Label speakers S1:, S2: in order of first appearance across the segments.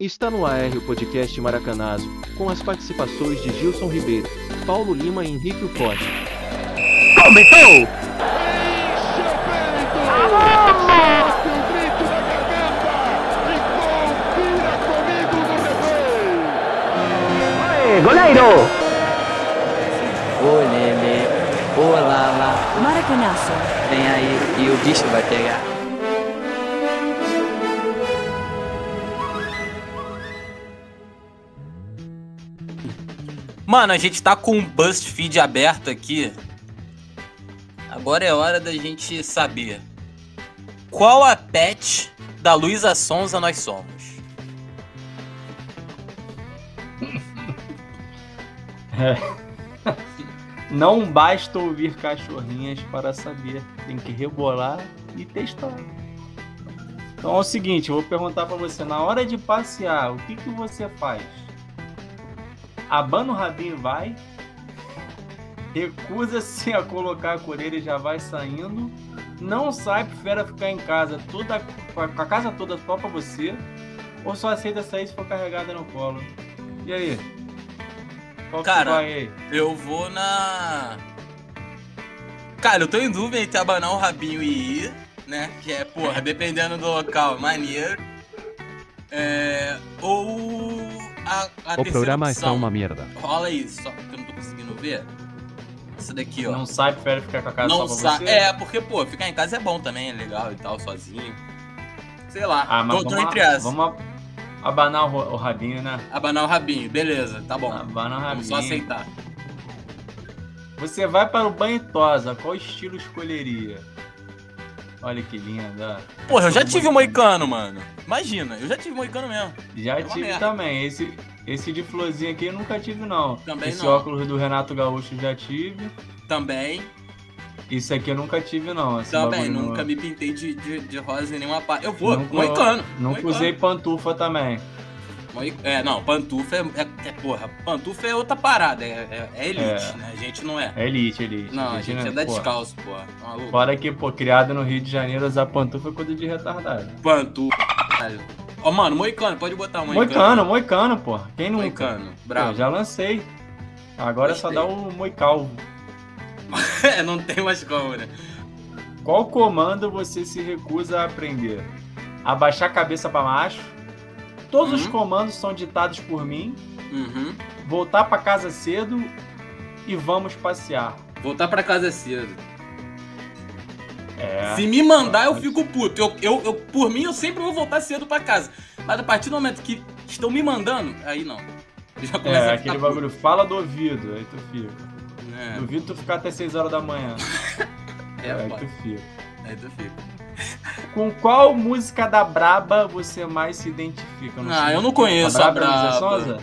S1: Está no ar o podcast Maracanazo, com as participações de Gilson Ribeiro, Paulo Lima e Henrique Forte.
S2: Começou! Goleiro!
S3: Olele, olala,
S4: Maracanazo.
S3: vem aí e o bicho vai pegar.
S5: Mano, a gente tá com um BuzzFeed aberto aqui. Agora é hora da gente saber qual a pet da Luísa Sonza nós somos.
S6: É. Não basta ouvir cachorrinhas para saber, tem que rebolar e testar. Então é o seguinte, eu vou perguntar para você, na hora de passear, o que, que você faz? Abana o rabinho e vai, recusa-se a colocar a coreira e já vai saindo, não sai, prefere ficar em casa, toda, com a casa toda só pra você, ou só aceita sair se for carregada no colo? E aí? Qual que
S5: Cara,
S6: vai aí?
S5: Eu vou na. Cara, eu tô em dúvida entre abanar o rabinho e ir, né? Que é, porra, dependendo do local, maneiro. É. Ou. A, a
S1: O
S5: terceira
S1: programa está
S5: opção.
S1: uma merda.
S5: Rola aí, só que eu não tô conseguindo ver. Isso daqui, ó.
S6: Não sai, prefere ficar com a casa
S5: não
S6: só pra
S5: sa-
S6: você?
S5: É, porque, pô, ficar em casa é bom também, é legal e tal, sozinho. Sei lá.
S6: Ah, mas
S5: tô, tô
S6: vamos,
S5: entre
S6: a-
S5: as.
S6: vamos a- abanar o, ro- o rabinho, né? Ah,
S5: Abanar o rabinho, beleza, tá bom.
S6: Abanar o rabinho.
S5: Vamos só aceitar.
S6: Você vai para o banho e tosa, qual estilo escolheria? Olha que linda.
S5: Porra, eu já tive um moicano, mano. Imagina, eu já tive um moicano mesmo.
S6: Já
S5: É uma
S6: tive
S5: merda.
S6: também. Esse, esse de florzinha aqui eu nunca tive, não.
S5: Também
S6: esse
S5: não.
S6: óculos do Renato Gaúcho eu já tive.
S5: Também,
S6: Esse aqui eu nunca tive, não. Esse
S5: também,
S6: bagulho não- é.
S5: nunca me pintei de, de, de rosa em nenhuma parte. Eu vou,
S6: Nunca-
S5: moicano.
S6: Nunca
S5: moicano.
S6: usei pantufa também.
S5: Moi- É, não, pantufa é, é- é- Porra, pantufa é outra parada, é, é- é elite,
S6: É.
S5: né? A gente não é.
S6: É elite, elite.
S5: Não, a gente
S6: né?
S5: anda
S6: Pô,
S5: descalço, porra. Tá Maluco.
S6: Fora que, pô, criado no Rio de Janeiro, usar pantufa é coisa de retardado.
S5: Pantu. caralho. Ó, mano, Moicano, pode botar um
S6: Moicano, moicano, pô. Quem nunca?
S5: Moicano,
S6: Eu
S5: bravo.
S6: já lancei. Agora só
S5: Gostei.
S6: dá um o moicalvo.
S5: É, não tem mais como, né?
S6: Qual comando você se recusa a aprender? Abaixar a cabeça pra baixo. Todos os
S5: Uhum.
S6: comandos são ditados por mim.
S5: Uhum.
S6: Voltar pra casa cedo e vamos passear.
S5: Voltar pra casa cedo.
S6: É.
S5: Se me mandar, eu fico puto. Eu, eu, eu- por mim, eu sempre vou voltar cedo pra casa. Mas a partir do momento que estão me mandando, aí não. Eu Já
S6: É,
S5: começa a ficar
S6: aquele
S5: puto.
S6: bagulho. Fala do ouvido, aí tu fica.
S5: É,
S6: Duvido tu ficar até 6 horas da manhã.
S5: é,
S6: aí
S5: foda.
S6: tu fica.
S5: Aí tu fica.
S6: Com qual música da Braba você mais se identifica?
S5: Ah,
S6: sei.
S5: eu não conheço a
S6: é Luísa
S5: Braba.
S6: Sonza?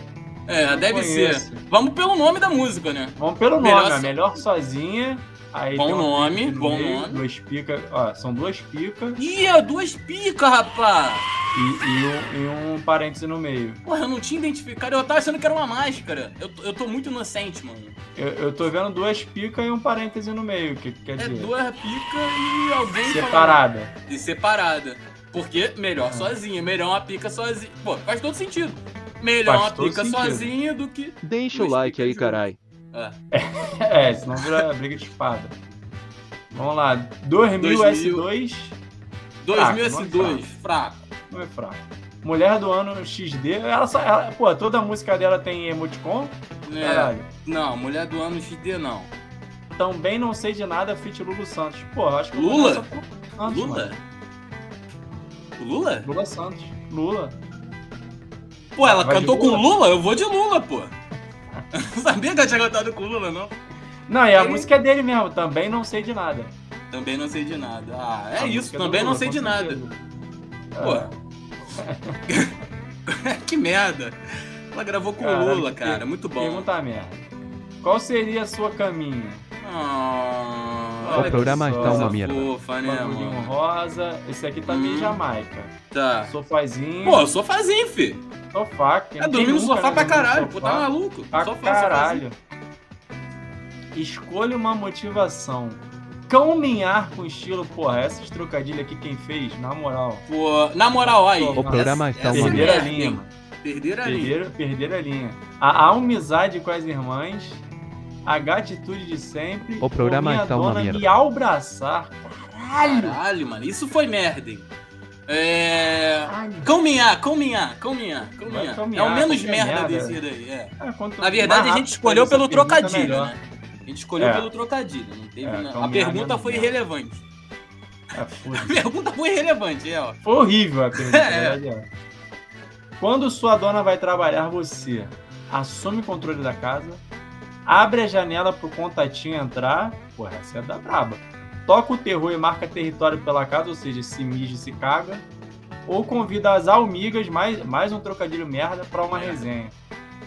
S5: É, deve ser.
S6: conheço.
S5: Vamos pelo nome da música, né?
S6: Vamos pelo
S5: Melhor
S6: nome,
S5: so-
S6: ó. melhor sozinha. Aí
S5: Bom
S6: tem uma
S5: nome,
S6: pica no
S5: bom nome.
S6: Duas picas, ó, são duas picas
S5: Ih, é duas picas, rapaz!
S6: e, e um, e um parêntese no meio.
S5: Porra, eu não tinha identificado, eu tava achando que era uma máscara. Eu, tô- eu tô muito inocente, mano.
S6: Eu, eu tô vendo duas picas e um parêntese no meio, o que, que quer
S5: É
S6: dizer?
S5: duas né? picas e alguém falando.
S6: Separada.
S5: E separada. Porque melhor
S6: Ah.
S5: sozinha, melhor uma pica sozinha. Pô, faz todo sentido. Melhor
S6: Faz
S5: uma
S6: todo
S5: pica
S6: sentido.
S5: sozinha do que.
S1: Deixa o
S5: Dois
S1: like aí,
S5: picas
S1: carai.
S5: É.
S6: É, senão vira briga de espada. Vamos lá, 2000
S5: 2000.
S6: S2 Fraco,
S5: 2000 S2, fraco.
S6: não é fraco. Mulher do ano XD, ela só. Ela, pô, toda música dela tem emoticon?
S5: É.
S6: Caralho.
S5: Não, mulher do ano XD não.
S6: Também não sei de nada, feat Lulu Santos. Pô, eu acho que eu
S5: Lula?
S6: vou nessa Lulu Santos,
S5: Lula?
S6: mano.
S5: O Lula?
S6: Lula Santos. Lula.
S5: Pô, ela
S6: Vai de
S5: cantou com
S6: Lula?
S5: Lula? Eu vou de Lula, pô. Eu não sabia que ela tinha cantado com Lula, não.
S6: Não, e a
S5: Ele-
S6: música é dele mesmo, também não sei de nada.
S5: Também não sei de nada. Ah, é
S6: A
S5: isso,
S6: música do
S5: também não
S6: Lula,
S5: sei
S6: com
S5: de nada.
S6: certeza. É.
S5: Pô. que merda. Ela gravou com o
S6: Caralho,
S5: Lula,
S6: que
S5: cara. Muito bom.
S6: Pergunta a merda. Qual seria a sua caminha?
S5: Ah,
S6: O
S5: olha que
S1: programa
S4: Tá
S6: está
S5: coisa
S6: uma
S1: merda.
S5: Fofa, né,
S6: Bagulhinho
S5: mano?
S6: rosa. Esse aqui tá meio
S5: Hum.
S6: Jamaica.
S5: Tá.
S6: Sofazinho.
S5: Pô, sofazinho, fi.
S6: sofá. que
S5: É
S6: não tem
S5: dormir no
S6: nunca,
S5: sofá
S6: né?
S5: pra
S6: Dormir no
S5: caralho, pô.
S6: sofá.
S5: Tá maluco?
S6: Pra
S5: Sofá, sofazinho.
S6: caralho. Escolha uma motivação. Caminhar com estilo, porra, essas trocadilhas aqui quem fez, na moral.
S5: Pô, na moral, aí.
S6: O
S5: essa-
S1: programa está
S5: essa
S1: uma
S5: é
S6: Perderam a tá
S5: merda,
S6: linha,
S5: hein?
S6: mano.
S5: Perderam a linha.
S6: Perderam, perderam a linha. A, a amizade com as irmãs, a gatitude de sempre.
S4: O programa
S6: ou minha
S4: está uma
S6: dona
S4: merda.
S6: me albraçar. Caralho!
S5: Caralho, mano, isso foi merda, hein? É. Caminhar, caminhar, caminhar,
S6: Vai
S5: caminhar. É
S6: caminhar,
S5: o menos
S6: qualquer
S5: merda
S6: merda.
S5: desse daí, é.
S6: Ah, quanto
S5: Na verdade, a
S6: mais
S5: gente
S6: rápido
S5: escolheu
S6: fazer
S5: pelo
S6: essa pergunta, é
S5: trocadilho,
S6: melhor.
S5: né? A gente escolheu
S6: É.
S5: pelo trocadilho. Não teve
S6: É,
S5: nada. A
S6: caminhar
S5: pergunta
S6: menos
S5: foi
S6: merda.
S5: irrelevante.
S6: Ah, foda-se.
S5: A pergunta foi irrelevante, é, ó.
S6: Foi horrível a pergunta, na
S5: É.
S6: verdade é. Quando sua dona vai trabalhar, você assume o controle da casa, abre a janela pro contatinho entrar, porra, essa é da braba. Toca o terror e marca território pela casa, ou seja, se mija e se caga. Ou convida as almigas, mais, mais um trocadilho merda, pra
S5: É.
S6: uma resenha.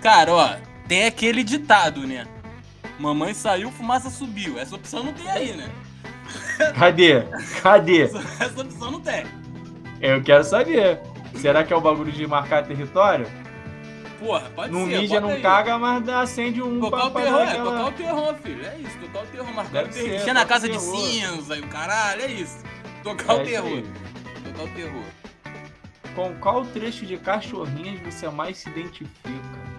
S5: Cara, ó, tem aquele ditado, né? Mamãe saiu, fumaça subiu. Essa opção não tem aí, né?
S6: Cadê? Cadê?
S5: Essa, essa opção não tem.
S6: Eu quero saber. Será que é o bagulho de marcar território?
S5: Porra, pode
S6: Não
S5: ser.
S6: mija,
S5: bota
S6: não
S5: aí.
S6: caga, mas acende um
S5: Tocar o
S6: pra- pra
S5: terror,
S6: dar
S5: é,
S6: aquela-
S5: tocar o terror, filho. É isso, tocar o terror, marcar
S6: Deve
S5: o terror.
S6: ser,
S5: Encher na
S6: tocar o
S5: casa de
S6: terror.
S5: cinza e o caralho, é isso. Tocar o
S6: É isso
S5: terror.
S6: aí.
S5: Tocar o terror.
S6: Com qual trecho de cachorrinhas você mais se identifica?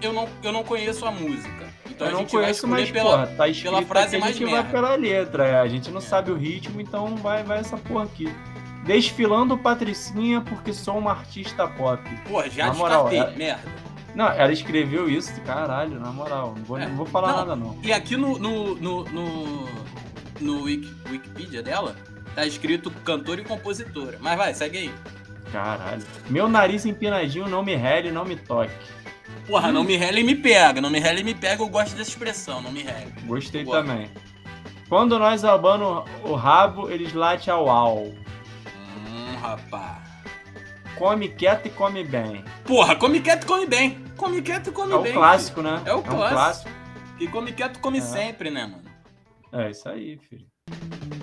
S5: Eu não, eu não conheço a música. Então
S6: eu
S5: a
S6: não
S5: gente
S6: conheço,
S5: vai
S6: mas
S5: escolher pela.
S6: porra, tá escrito
S5: pela frase
S6: que a
S5: mais
S6: gente vai
S5: merda.
S6: pela letra. é, A gente não
S5: É.
S6: sabe o ritmo, então vai, vai essa porra aqui. Desfilando Patricinha porque sou uma artista pop.
S5: Porra, já
S6: Na moral,
S5: descartei,
S6: é-
S5: merda.
S6: Não, ela escreveu isso, caralho, na moral. Não vou,
S5: É.
S6: não vou falar
S5: Não.
S6: nada, não.
S5: E aqui no. no. no. no, no Wiki- Wikipedia dela, tá escrito cantor e compositora. Mas vai, segue aí.
S6: Caralho. Meu nariz empinadinho, não me rele, não me toque.
S5: Porra,
S6: Hum.
S5: não me rele e me pega. Não me rele e me pega, eu gosto dessa expressão, não me rele.
S6: Gostei
S5: Boa.
S6: também. Quando nós abano o rabo, eles latem ao au.
S5: Hum, rapaz.
S6: Come quieto e come bem.
S5: Porra, come quieto, come bem. Come quieto, come
S6: É o
S5: Tá bem.
S6: clássico, né?
S5: É o
S6: Um
S5: clássico.
S6: clássico.
S5: filho. E come quieto, come
S6: É.
S5: sempre, né, mano?
S6: É isso aí, filho.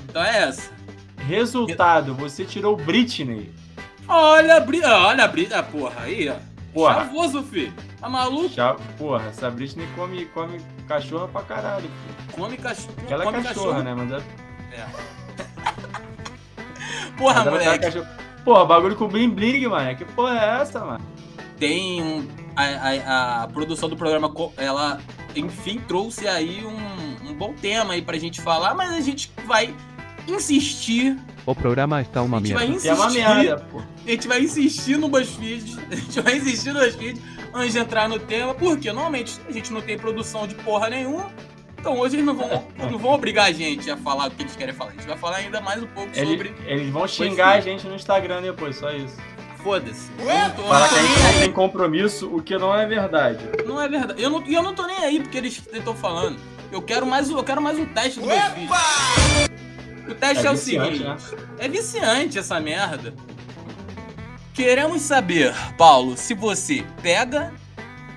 S5: Então é essa.
S6: Resultado, você tirou Britney.
S5: Olha a Brita. Olha a Brita. Porra, aí, ó.
S6: Porra.
S5: Chavoso, filho. Tá maluco?
S6: Já, porra, essa Britney come, come cachorra pra caralho. filho.
S5: Come cachorro.
S6: Ela é
S5: come
S6: cachorra,
S5: cachorro.
S6: né? Mas, é-
S5: Porra,
S6: mas ela é
S5: moleque.
S6: cachorra. Porra, bagulho com bling bling, mano. Que porra é essa, mano?
S5: Tem um. A, a- a produção do programa, co- ela, enfim, trouxe aí um, um bom tema aí pra gente falar, mas a gente vai insistir.
S4: O programa está uma
S5: a gente
S4: merda.
S5: vai
S6: É uma
S5: insistir.
S6: merda, pô.
S5: a gente vai insistir no BuzzFeed. A gente vai insistir no BuzzFeed antes de entrar no tema, porque normalmente a gente não tem produção de porra nenhuma. Então hoje eles não vão, não vão obrigar a gente a falar o que eles querem falar. A gente vai falar ainda mais um pouco
S6: Ele-
S5: sobre.
S6: eles vão xingar
S5: sim.
S6: a gente no Instagram depois, só isso.
S5: Foda-se. Eu não tô- eu
S6: Falar
S5: não
S6: que
S5: tô
S6: a
S5: nem
S6: gente
S5: aí.
S6: não tem compromisso, o que não é verdade.
S5: Não é verdade. Eu não, e eu não tô nem aí porque eles estão falando. Eu quero mais, um- eu quero mais um teste do BuzzFeed. O teste é, o
S6: viciante, né?
S5: seguinte. É viciante essa merda. Queremos saber, Paulo, se você pega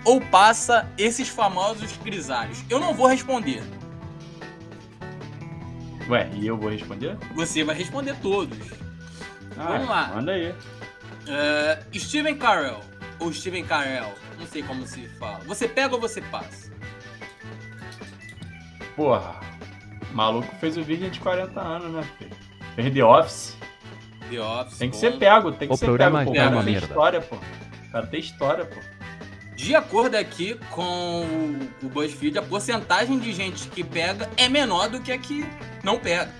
S5: ou passa esses famosos grisalhos. Eu não vou responder.
S6: né? Ué, e eu vou responder? Ah,
S5: Você vai responder todos. Vamos lá.
S6: Manda aí.
S5: É, Steven Carell ou Steven Carell, não sei como se fala. Você pega ou você passa?
S6: Porra, o maluco fez o vídeo de 40 anos, né, filho? Fez The Office.
S5: The Office.
S6: Tem que
S5: bom.
S6: ser pego, tem que
S4: O
S6: ser
S4: programa
S6: pego, pô.
S5: é
S6: O cara
S5: uma
S6: tem
S4: merda.
S6: história, pô. O cara tem história, pô.
S5: De acordo aqui com o- o BuzzFeed, a porcentagem de gente que pega é menor do que a que não pega.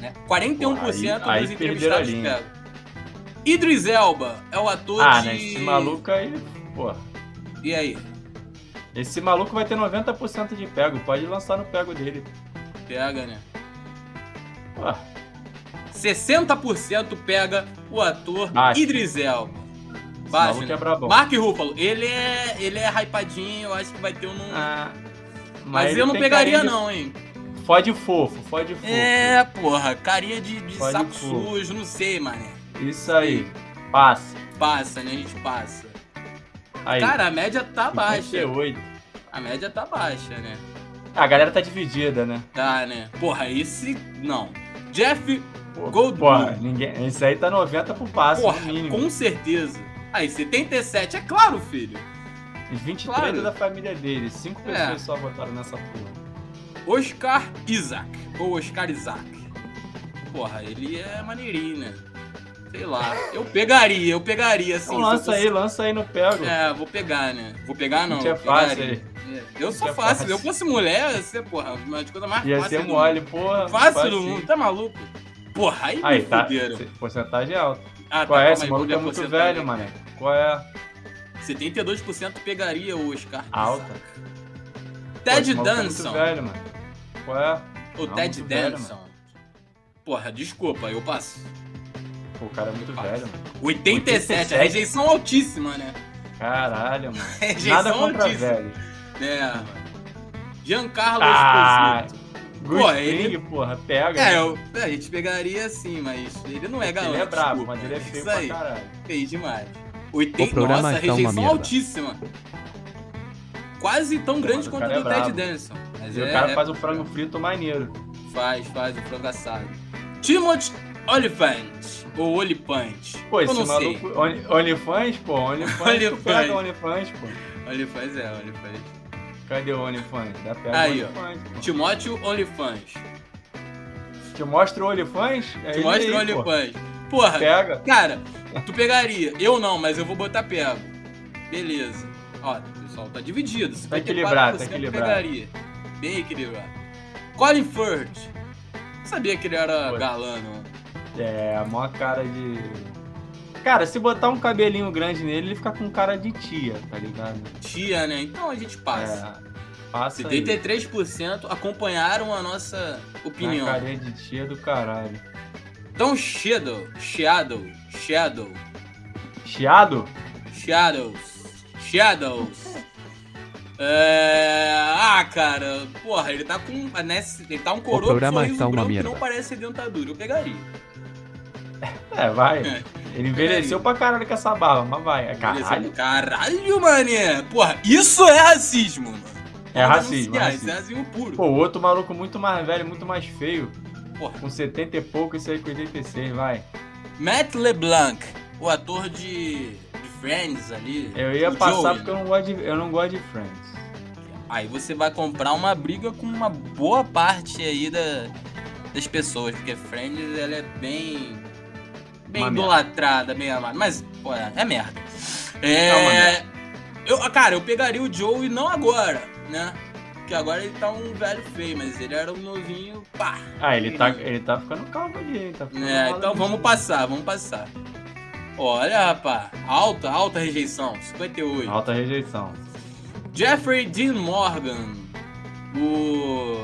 S5: né? 41%
S6: Pô, aí-
S5: dos
S6: aí perderam a
S5: entrevistados
S6: linha.
S5: pegam. Idris Elba é o ator
S6: Ah,
S5: de...
S6: né? Esse maluco aí, pô.
S5: E aí?
S6: Esse maluco vai ter 90% de pego. Pode lançar no pego dele.
S5: Pega, né?
S6: Pô,
S5: 60% pega o ator
S6: Baixo.
S5: Idris Elba.
S6: Ah, esse
S5: Baixo,
S6: maluco
S5: né?
S6: é brabão.
S5: Mark Ruffalo, ele é, ele é hypadinho, eu acho que vai ter um...
S6: Ah,
S5: mas,
S6: ele
S5: eu não
S6: tem
S5: pegaria
S6: carinha de-
S5: não, hein?
S6: Fode fofo, fode fofo.
S5: É, porra, carinha de, de
S6: Pode
S5: saco
S6: pôr.
S5: sujo, não sei, mané.
S6: Isso aí. Passa.
S5: Passa, né? A gente passa.
S6: Aí.
S5: Cara, a média tá baixa.
S6: 58.
S5: A média tá baixa, né?
S6: A galera tá dividida, né?
S5: Tá, né? Porra, esse. Não. Jeff
S6: Pô, Porra,
S5: Goldblum.
S6: ninguém... esse aí tá 90 pro passo,
S5: Porra,
S6: no mínimo.
S5: com certeza. Aí, 77, é claro, filho.
S6: Os 23
S5: Claro.
S6: é da família dele. Cinco
S5: É.
S6: pessoas só votaram nessa porra.
S5: Oscar Isaac. Ou Oscar Isaac. Porra, ele é maneirinho, né? Sei lá. Eu pegaria, eu pegaria, assim.
S6: Então
S5: se eu
S6: lança
S5: fosse-
S6: aí, lança aí, não pego.
S5: É, vou pegar, né? Vou pegar não.
S6: Gente, é
S5: eu pegaria.
S6: fácil aí.
S5: É, Eu sou
S6: Gente, é
S5: fácil.
S6: fácil.
S5: Se eu fosse mulher, ia ser, porra, uma de coisa mais
S6: Ia
S5: fácil
S6: ser
S5: do mundo.
S6: mole, porra.
S5: Fácil do
S6: facinho.
S5: mundo, tá maluco? Porra, aí,
S6: Tipo assim. Aí,
S5: me
S6: tá.
S5: fuderam.
S6: Porcentagem alta.
S5: Ah,
S6: Qual é?
S5: calma
S6: Esse
S5: aí,
S6: maluco
S5: vou
S6: é
S5: ver a
S6: muito
S5: porcentagem
S6: velho,
S5: aqui.
S6: mané. Qual é?
S5: 72% pegaria o Oscar.
S6: Alta.
S5: Ted
S6: Esse maluco é muito
S5: Danson.
S6: velho, mano. Qual é?
S5: Ou
S6: Não,
S5: Ted
S6: muito velho,
S5: Danson. Porra, desculpa, eu passo.
S6: Pô, o cara é muito
S5: Fácil.
S6: velho, mano.
S5: 87, a
S6: 87.
S5: rejeição altíssima, né?
S6: Caralho, mano.
S5: Rejeição
S6: Nada contra
S5: altíssima.
S6: velho.
S5: É. Giancarlo
S6: Ah,
S5: Esposito.
S6: Goose
S5: Pô,
S6: Fring,
S5: ele-
S6: porra, pega.
S5: É, eu- a gente pegaria assim, mas ele não é garoto.
S6: ele é brabo,
S5: desculpa.
S6: mas ele é feio
S5: Isso
S6: pra
S5: aí,
S6: caralho.
S5: feio demais. 80,
S4: O programa
S5: nossa,
S4: tá uma
S5: rejeição
S4: merda.
S5: altíssima. Quase tão grande
S6: o
S5: quanto
S6: cara
S5: o
S6: é
S5: do
S6: brabo.
S5: Ted Danson. Mas
S6: E
S5: é,
S6: o cara
S5: é-
S6: faz o frango frito maneiro.
S5: Faz, faz o frango assado. Timothy Olyphant, ou Olipante.
S6: Pô,
S5: eu
S6: esse
S5: não
S6: maluco. Only- OnlyFans, pô, OnlyFans. tu
S5: OnlyFans.
S6: pega OnlyFans, pô.
S5: sei. Olyphant é, Olyphant.
S6: Cadê o OnlyFans? Dá pega
S5: Aí,
S6: o
S5: ó.
S6: OnlyFans. pô.
S5: Timóteo Olyphant.
S6: Te mostra o OnlyFans? É ele
S5: Timóteo
S6: aí, pô. É
S5: Olyphant. Porra,
S6: Pega.
S5: cara, tu pegaria. Eu não, mas eu vou botar pego. Beleza. Ó, pessoal, tá dividido. 54%
S6: Tá equilibrado, tá equilibrado.
S5: pegaria. Bem equilibrado. Colin Firth. Não sabia que ele era
S6: Pô.
S5: galã, não.
S6: É, a maior cara de. Cara, se botar um cabelinho grande nele, ele fica com cara de tia, tá ligado?
S5: Tia, né? Então a gente passa.
S6: É, passa aí.
S5: 73% acompanharam a nossa opinião.
S6: Na é carinha de tia do caralho.
S5: Então, Shadow, Shadow, Shadow,
S6: Chiado?
S5: Shadows, Shadows. É... Ah, cara, porra, ele tá com. Nesse... Ele tá um coroa
S4: programa
S5: com sorriso
S4: tá uma
S5: branco que
S4: merda.
S5: não parece dentadura. Eu pegaria.
S6: É, vai.
S5: É.
S6: Ele envelheceu pra caralho com essa barba, mas vai. É caralho?
S5: Caralho, mané. Porra, isso é racismo, mano.
S6: É
S5: Vamos
S6: racismo, é
S5: denunciar, Isso é
S6: racismo.
S5: racismo puro.
S6: Pô, outro maluco muito mais velho, muito mais feio.
S5: Porra.
S6: Com 70 e pouco, esse aí com 86, vai.
S5: Matt LeBlanc, o ator de, de Friends ali.
S6: Eu ia
S5: o
S6: passar
S5: Joey,
S6: porque eu não gosto de, eu não gosto de Friends.
S5: Aí você vai comprar uma briga com uma boa parte aí da- das pessoas, porque Friends ela é bem. bem
S6: Uma merda.
S5: idolatrada, bem amada. Mas, pô, é, é merda.
S6: É uma
S5: É. eu, cara, eu pegaria o Joey não agora, né? Porque agora ele tá um velho feio, mas ele era um novinho, pá.
S6: Ah, ele tá, ele tá ficando calmo ali, hein? Tá ficando
S5: né?
S6: maluco.
S5: Então vamos passar, vamos passar. Olha, rapaz, alta, alta rejeição, 58.
S6: Alta rejeição.
S5: Jeffrey Dean Morgan, o.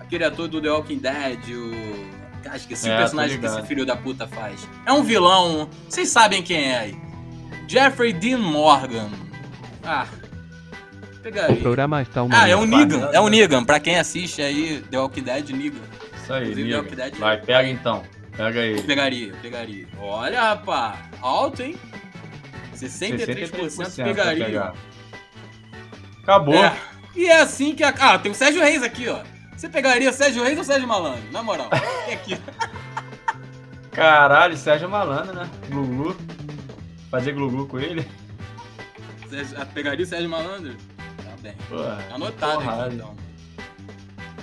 S5: aquele ator do The Walking Dead, o. Acho que esse
S6: É,
S5: personagem
S6: tô
S5: que esse
S6: ligado.
S5: filho da puta faz. É um vilão, vocês sabem quem é aí. Jeffrey Dean Morgan. Ah,
S4: O
S5: pegaria.
S4: programa está uma
S5: Ah, é
S4: merda.
S5: o Negan, é o Negan. Pra quem assiste aí The Walking Dead, Negan.
S6: Isso aí,
S5: Inclusive,
S6: liga.
S5: é o que dá de-
S6: Vai, pega então. Pega aí.
S5: Eu pegaria, eu pegaria. Olha, rapaz, alto, hein? 63%,
S6: 63%
S5: pegaria.
S6: pra pegar. Acabou.
S5: É. E é assim que. A... Ah, tem o Sérgio Reis aqui, ó. Você pegaria o Sérgio Reis ou o Sérgio Malandro? Na moral. Tem aqui.
S6: Caralho, Sérgio Malandro, né? Gluglu. Fazer gluglu com ele.
S5: Sérgio- ah, Pegaria o Sérgio Malandro? Tá bem.
S6: Porra,
S5: Anotado
S6: Porrada.
S5: aqui, então.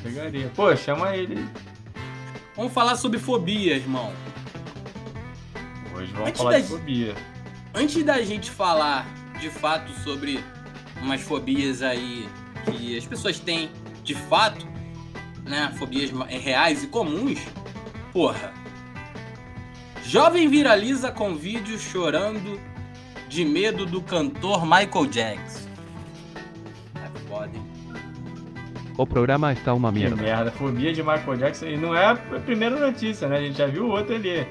S6: pegaria. Pô, chama ele.
S5: Vamos falar sobre fobia, irmão.
S6: Hoje vamos
S5: Antes
S6: falar
S5: da
S6: de fobia.
S5: Antes da gente falar de fato sobre umas fobias aí que as pessoas têm de fato, né? Fobias ma- reais e comuns, porra. Jovem viraliza com vídeo chorando de medo do cantor Michael Jackson. É foda, hein?
S4: O programa está uma
S6: Que
S4: merda.
S6: merda. Fobia de Michael Jackson. E não é a primeira notícia, né? A gente já viu outra ali.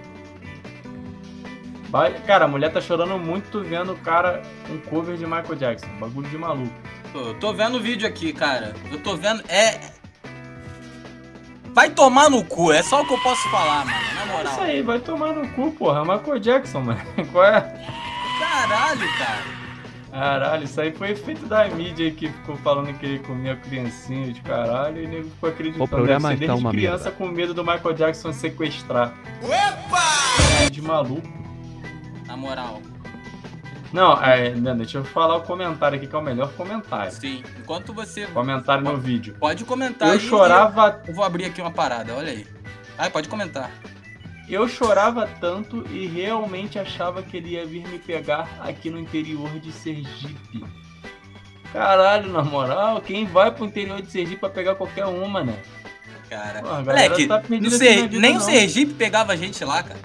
S6: Vai- Cara, a mulher tá chorando muito vendo o cara um cover de Michael Jackson. Bagulho de maluco.
S5: Pô, Eu tô vendo o vídeo aqui, cara. Eu tô vendo. É. Vai tomar no cu, é só o que eu posso falar, mano. Na
S6: É
S5: moral.
S6: Isso aí, vai tomar no cu, porra. É Michael Jackson, mano. Qual é?
S5: Caralho, cara.
S6: Caralho, isso aí foi efeito da mídia que ficou falando que ele comia criancinha de caralho e nego ficou acreditando.
S4: O programa
S6: Deve ser
S4: está
S6: desde
S4: uma
S6: criança com medo do Michael Jackson sequestrar. Opa! De maluco.
S5: Na moral.
S6: Não, é, não, deixa eu falar o comentário aqui, que é o melhor comentário.
S5: Sim. Enquanto você.
S6: Comentário no vídeo.
S5: Pode comentar
S6: Eu
S5: tá aí.
S6: chorava.
S5: Eu vou abrir aqui uma parada, olha aí. Ah, pode comentar.
S6: Eu chorava tanto e realmente achava que ele ia vir me pegar aqui no interior de Sergipe. Caralho, na moral, quem vai pro interior de Sergipe pra pegar qualquer uma, né?
S5: cara.
S6: Pô, a galera
S5: Moleque,
S6: tá perdida
S5: no
S6: assim
S5: Ser-
S6: na vida,
S5: nem o
S6: não.
S5: Sergipe pegava a gente lá, cara.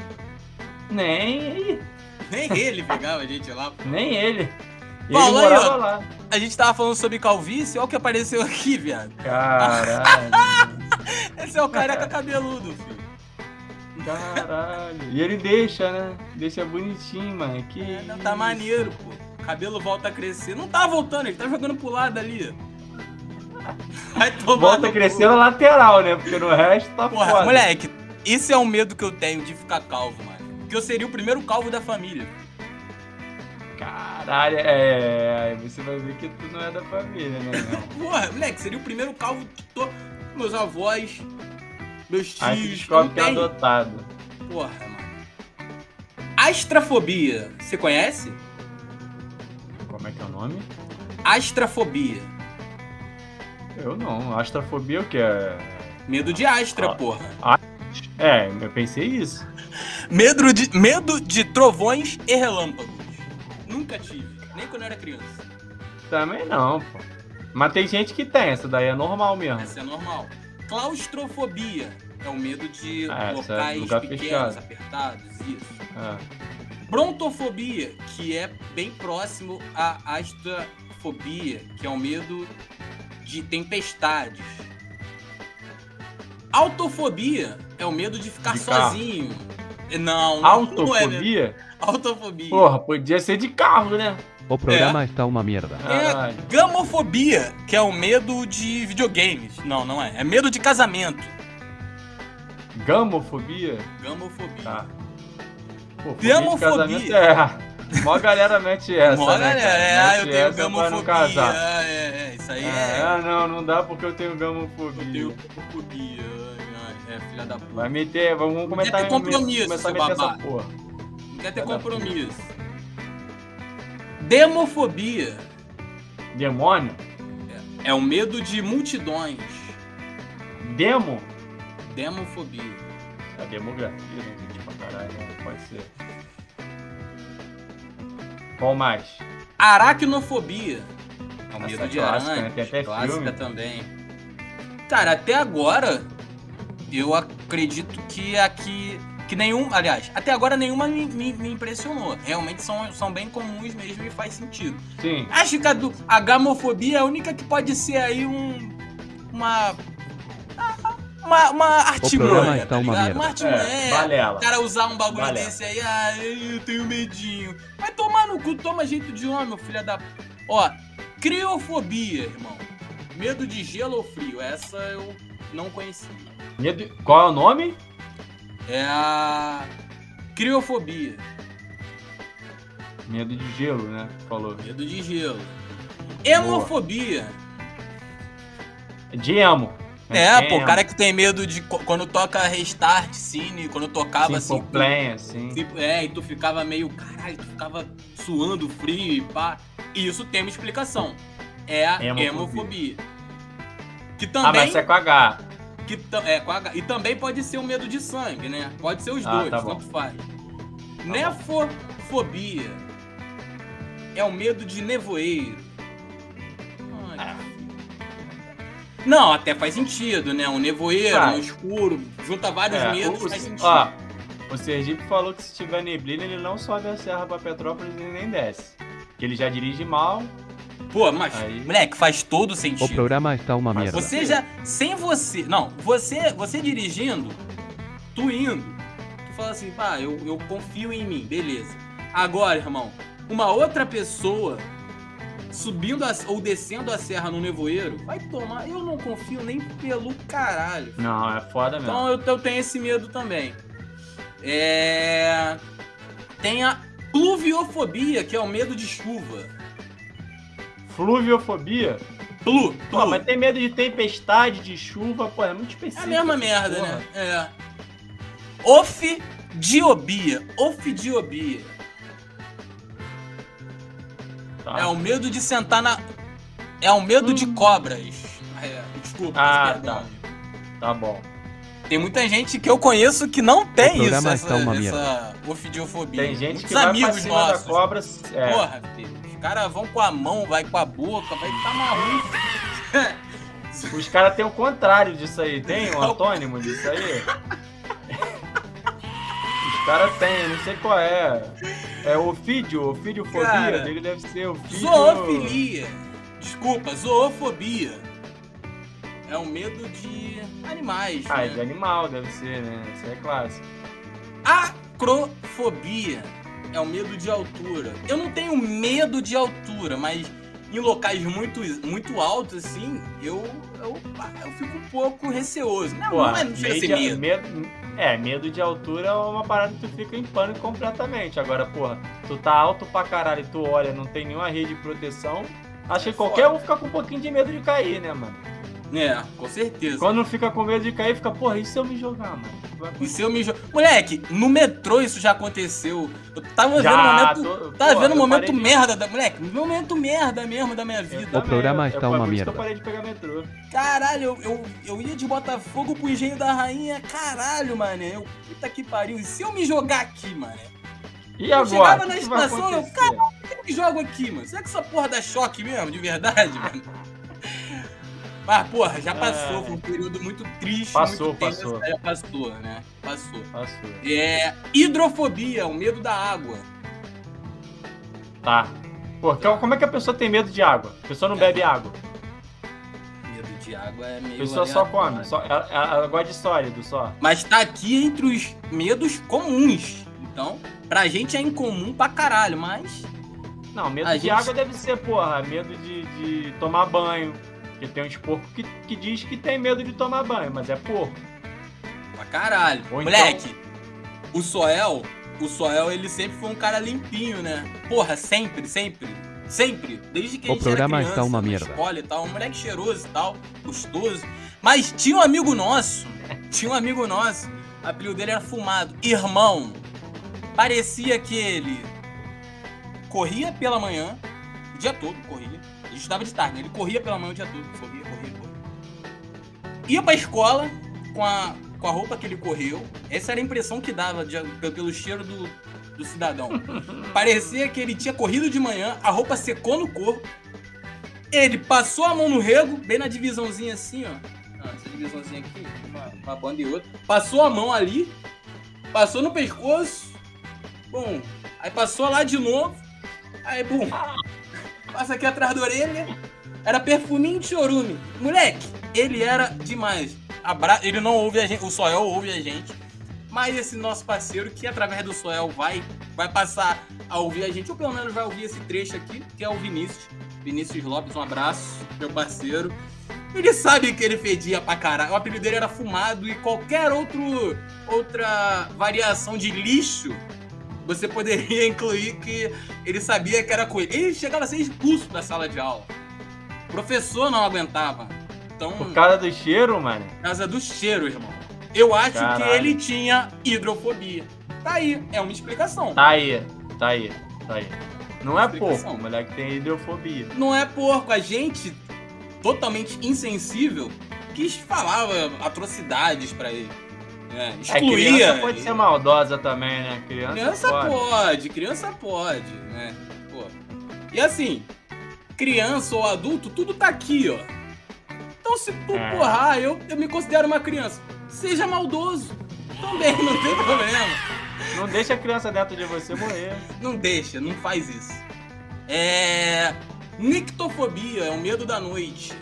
S6: Nem, ih,
S5: Nem ele pegava a gente lá.
S6: nem ele. Ele
S5: Paulo, aí,
S6: morava
S5: ó.
S6: lá.
S5: A gente tava falando sobre calvície, olha o que apareceu aqui, viado.
S6: Caralho.
S5: Esse é o careca cabeludo, filho.
S6: Caralho. E ele deixa, né? Deixa bonitinho, mano. Que
S5: É, não, tá
S6: isso.
S5: maneiro, pô. O cabelo volta a crescer. Não tá voltando, ele tá jogando pro lado ali. Vai tomar no
S6: Volta a
S5: cu.
S6: crescer na lateral, né? Porque no resto tá
S5: Porra,
S6: foda.
S5: moleque, esse é o medo que eu tenho de ficar calvo, mano. Porque eu seria o primeiro calvo da família.
S6: Caralho, é. aí Você vai ver que tu não é da família, né? irmão?
S5: Porra, moleque, seria o primeiro calvo de todos meus avós, meus
S6: Aí tu
S5: tios.
S6: descobre
S5: não
S6: que é
S5: tem.
S6: adotado.
S5: Porra, mano. Astrafobia, você conhece?
S6: Como é que é o nome?
S5: Astrafobia.
S6: Eu não. Astrafobia é o que é?
S5: Medo de astra,
S6: Ah.
S5: porra.
S6: É, eu pensei isso.
S5: Medo de, medo de trovões e relâmpagos. Nunca tive, nem quando eu era criança.
S6: Também não, pô. Mas tem gente que tem, essa daí é normal mesmo.
S5: Essa é normal. Claustrofobia é o medo de
S6: Ah, essa é
S5: locais
S6: lugar
S5: pequenos,
S6: fechado.
S5: apertados, isso.
S6: É.
S5: Brontofobia, que é bem próximo à astrafobia, que é o medo de tempestades. Autofobia é o medo de ficar
S6: De carro.
S5: sozinho. Não, não é, né?
S6: Autofobia?
S5: Autofobia.
S6: Porra, podia ser de carro, né?
S4: O
S5: É.
S4: programa está uma mierda.
S6: Caralho.
S5: Gamofobia, que é o medo de videogames. Não, não é. É medo de casamento.
S6: Gamofobia?
S5: Gamofobia.
S6: Tá. Pô,
S5: Gamofobia.
S6: fobia de casamento É. Mó galera mete essa.
S5: Mó
S6: né,
S5: galera,
S6: cara?
S5: é,
S6: Mete
S5: eu tenho
S6: essa pra não
S5: gamofobia.
S6: casar.
S5: É, é, isso aí é.
S6: Ah, não, não dá porque eu tenho
S5: Eu
S6: gamofobia.
S5: tenho fobia. ai, ai, É, filha da puta.
S6: Vai meter, vamos comentar
S5: ter compromisso,
S6: começar a
S5: seu
S6: meter essa
S5: babaca.
S6: porra.
S5: Não quer ter
S6: Vai dar
S5: compromisso. Demofobia
S6: Demônio?
S5: é o medo de multidões.
S6: Demo?
S5: Demofobia.
S6: É demografia, né, gente? Pra caralho, né? pode ser. Qual mais?
S5: Aracnofobia. É o
S6: Essa
S5: medo
S6: é
S5: de
S6: clássica,
S5: aranha.
S6: né? Tem até
S5: clássica
S6: filme.
S5: também. Cara, até agora, eu acredito que aqui. Que nenhum. Aliás, até agora nenhuma me, me- me impressionou. Realmente são, são bem comuns mesmo e faz sentido.
S6: Sim.
S5: Acho que a, do, a gamofobia é a única que pode ser aí um. Uma. Uma, uma
S4: programa
S5: artimanha.
S4: está
S5: Tá
S4: uma
S5: ligado?
S4: merda.
S5: uma artimanha.
S6: É,
S5: é,
S6: balela.
S5: o cara usar um bagulho
S6: Balela.
S5: desse aí, ah, eu tenho medinho. Vai tomar no cu, toma jeito de homem, filha da. Ó, criofobia, irmão. Medo de gelo ou frio. Essa eu não conheci.
S6: Medo- Qual é o nome?
S5: É a. Criofobia.
S6: Medo de gelo, né? Falou.
S5: Medo de gelo. Hemofobia.
S6: Diemo. Né?
S5: É, pô, o cara que tem medo de co- quando toca restart, cine, quando tocava assim. tu-
S6: Simple assim.
S5: tipo, é, e tu ficava meio, caralho, tu ficava suando frio e pá. E isso tem uma explicação. É a
S6: Hemofobia.
S5: hemofobia. Que
S6: Ah, mas
S5: também.
S6: essa é com H.
S5: que tam- é, com H. e também pode ser o medo de sangue, né? Pode ser os
S6: Ah,
S5: dois,
S6: tá bom.
S5: tanto faz. Nefofobia é o medo de nevoeiro.
S6: Ah.
S5: Ai, Não, até faz sentido, né? Um nevoeiro,
S6: Faz.
S5: um escuro, junta vários
S6: É,
S5: Tá medos,
S6: o-
S5: faz sentido.
S6: Ó, o Sergipe falou que se tiver neblina, ele não sobe a serra pra Petrópolis e nem desce. Que ele já dirige mal.
S5: Pô, mas,
S6: Aí.
S5: moleque, faz todo
S4: O
S5: sentido.
S4: programa está uma
S6: Mas
S4: mierda.
S5: Você já, sem você, não, você, você dirigindo, tu indo, tu fala assim, pá, eu, eu confio em mim, beleza. Agora, irmão, uma outra pessoa subindo a- ou descendo a serra no nevoeiro, vai tomar, eu não confio nem pelo caralho.
S6: Não, é foda mesmo.
S5: Então eu, eu tenho esse medo também. É... Tem a pluviofobia, que é o medo de chuva.
S6: Fluviofobia?
S5: Plu,
S6: Pô,
S5: plu.
S6: mas tem medo de tempestade, de chuva, pô, é muito
S5: É
S6: específico.
S5: a mesma
S6: essa
S5: merda,
S6: porra.
S5: né? É. Ofidiobia. Ofidiobia.
S6: Tá.
S5: É o medo de sentar na. É o medo de cobras. É, desculpa,
S6: Hum. Ah,
S5: perdão.
S6: Tá bom.
S5: Tem muita gente que eu conheço que não tem
S4: O
S5: isso,
S4: programa está
S5: essa,
S4: uma
S5: essa ofidiofobia.
S6: Tem gente
S5: Muitos
S6: que vai pra
S5: amigos
S6: cima
S5: nossos.
S6: da cobra. É,
S5: Porra, filho. Os caras vão com a mão, vai com a boca, vai tá maluco.
S6: os caras têm o contrário disso aí. Tem um antônimo disso aí? os caras têm, não sei qual é. É ofídio, ofidiofobia
S5: Cara,
S6: dele deve ser ofídio...
S5: Zoofilia. Desculpa, zoofobia. É um medo de animais.
S6: Ah, é de
S5: né?
S6: animal deve ser, né? Isso é clássico.
S5: Acrofobia é o medo de altura. Eu não tenho medo de altura, mas em locais muito, muito altos, assim, eu, eu, eu fico um pouco receoso. Não, não é não chega a ser
S6: de-
S5: medo.
S6: medo- É, medo de altura é uma parada que tu fica em pânico completamente. Agora, porra, tu tá alto pra caralho e tu olha, não tem nenhuma rede de proteção. Acho que qualquer um fica com um pouquinho de medo de cair, né, mano?
S5: É, com certeza.
S6: Quando não fica com medo de cair, fica, porra, e se eu me jogar, mano? Vai
S5: E se eu me jo... Moleque, no metrô isso já aconteceu. Eu tava vendo um momento.
S6: tô-
S5: Tava
S6: pô,
S5: vendo um
S6: eu
S5: momento
S6: parei de-
S5: merda da. Moleque, um momento merda mesmo da minha vida.
S6: Eu também,
S4: programa
S6: eu-
S4: está
S6: eu-
S4: uma
S6: É por isso que
S4: merda.
S6: Eu parei de pegar metrô.
S5: Caralho, eu, eu, eu ia de Botafogo pro Engenho da Rainha, caralho, mané. Eu, puta que pariu. E se eu me jogar aqui, mané?
S6: E agora?
S5: chegava
S6: O
S5: na
S6: que que vai
S5: estação, eu,
S6: acontecer?
S5: Por que eu me jogo aqui, mano? Será que essa porra dá choque mesmo, de verdade, mano? Mas, porra, já passou.
S6: É.
S5: Foi um período muito triste.
S6: Passou,
S5: muito tenso,
S6: passou.
S5: Já passou, né? Passou.
S6: Passou.
S5: É. Hidrofobia, o medo da água.
S6: Tá. Pô, então como é que a pessoa tem medo de água? A pessoa não bebe água.
S5: Medo de água é
S6: A
S5: meio.
S6: pessoa só
S5: aleatório.
S6: come. Só, ela, ela- ela gosta de sólido só.
S5: Mas tá aqui entre os medos comuns. Então, pra gente é incomum pra caralho, mas.
S6: Não, medo
S5: A
S6: de
S5: gente-
S6: água deve ser, porra, medo de, de tomar banho. Porque tem uns porcos que, que diz que tem medo de tomar banho, mas é porco.
S5: Pra caralho.
S6: Ou então-
S5: Moleque, o Soel, o Soel, ele sempre foi um cara limpinho, né? Porra, sempre, sempre. Sempre. Desde que
S4: O
S5: a gente era
S4: programa
S5: criança,
S4: está uma
S5: na
S4: merda.
S5: escola e tal. Um moleque cheiroso e tal, gostoso. Mas tinha um amigo nosso, tinha um amigo nosso, o apelido dele era Fumado. Irmão, parecia que ele corria pela manhã, o dia todo corria. Ele estudava de tarde, né? ele corria pela manhã o dia todo, corria, corria, corria. Ia pra escola com a, com a roupa que ele correu. Essa era a impressão que dava de- pe- pelo cheiro do, do cidadão. Parecia que ele tinha corrido de manhã, a roupa secou no corpo. Ele passou a mão no rego, bem na divisãozinha assim, ó. Ah, Essa divisãozinha aqui, uma, uma banda e outra. Passou a mão ali, passou no pescoço. Bom, aí passou lá de novo. Aí, bum. Passa aqui atrás da orelha. Era perfuminho de chorume. Moleque, ele era demais. Abra... Ele não ouve a gente, o Soel ouve a gente. Mas esse nosso parceiro, que através do Soel vai, vai passar a ouvir a gente, ou pelo menos vai ouvir esse trecho aqui, que é o Vinícius. Vinícius Lopes, um abraço, meu parceiro. Ele sabe que ele fedia pra caralho. O apelido dele era fumado e qualquer outro, outra variação de lixo você poderia incluir que ele sabia que era com ele. Ele chegava a ser expulso da sala de aula. O professor não aguentava. Então,
S6: Por causa do cheiro, mano.
S5: por causa do cheiro, irmão. Eu acho que
S6: Caralho.
S5: ele tinha hidrofobia. Tá aí, é uma explicação.
S6: Tá aí, tá aí, tá aí. Não é
S5: Explicação.
S6: porco, moleque tem hidrofobia.
S5: Não é porco, a gente, totalmente insensível, que falava atrocidades pra ele. né?
S6: É,
S5: excluía.
S6: criança pode
S5: ele.
S6: ser maldosa também, né? Criança,
S5: Criança
S6: pode.
S5: pode, criança pode, né? Pô. E assim, criança ou adulto, tudo tá aqui, ó. Então se tu,
S6: É.
S5: porra, ah, eu, eu me considero uma criança. Seja maldoso. Também, não tem problema.
S6: Não deixa a criança dentro de você morrer.
S5: Não deixa, não faz isso. É. Nictofobia é o medo da noite.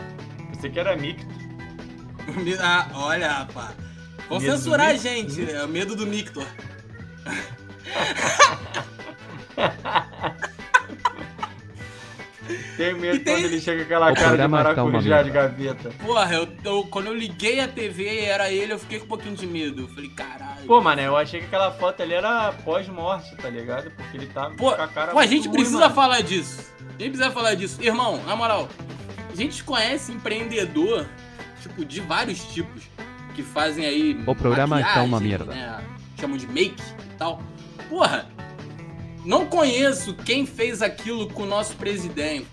S6: Você que era micto.
S5: O me- ah, olha, rapaz. Vão
S6: Medo do
S5: censurar a
S6: Nick-
S5: gente, né? O medo do Nictor.
S6: Tem medo
S5: E tem-
S6: quando ele chega com aquela
S4: O
S6: cara de
S4: programa está uma
S6: maracujá de
S4: merda.
S6: gaveta.
S5: Porra, eu, eu- quando eu liguei a TV e era ele, eu fiquei com um pouquinho de medo. Eu falei, caralho.
S6: Pô, mano, eu achei que aquela foto ali era pós-morte, tá ligado? Porque ele tá
S5: Pô,
S6: com a cara.
S5: Pô, a
S6: muito
S5: gente
S6: ruim,
S5: precisa
S6: mano.
S5: falar disso. A gente precisa falar disso. Irmão, na moral, a gente conhece empreendedor, tipo, de vários tipos, que fazem aí.
S4: O programa
S5: maquiagem,
S4: tá uma merda.
S5: Né? Chamam de make e tal. Porra, não conheço quem fez aquilo com o nosso presidente.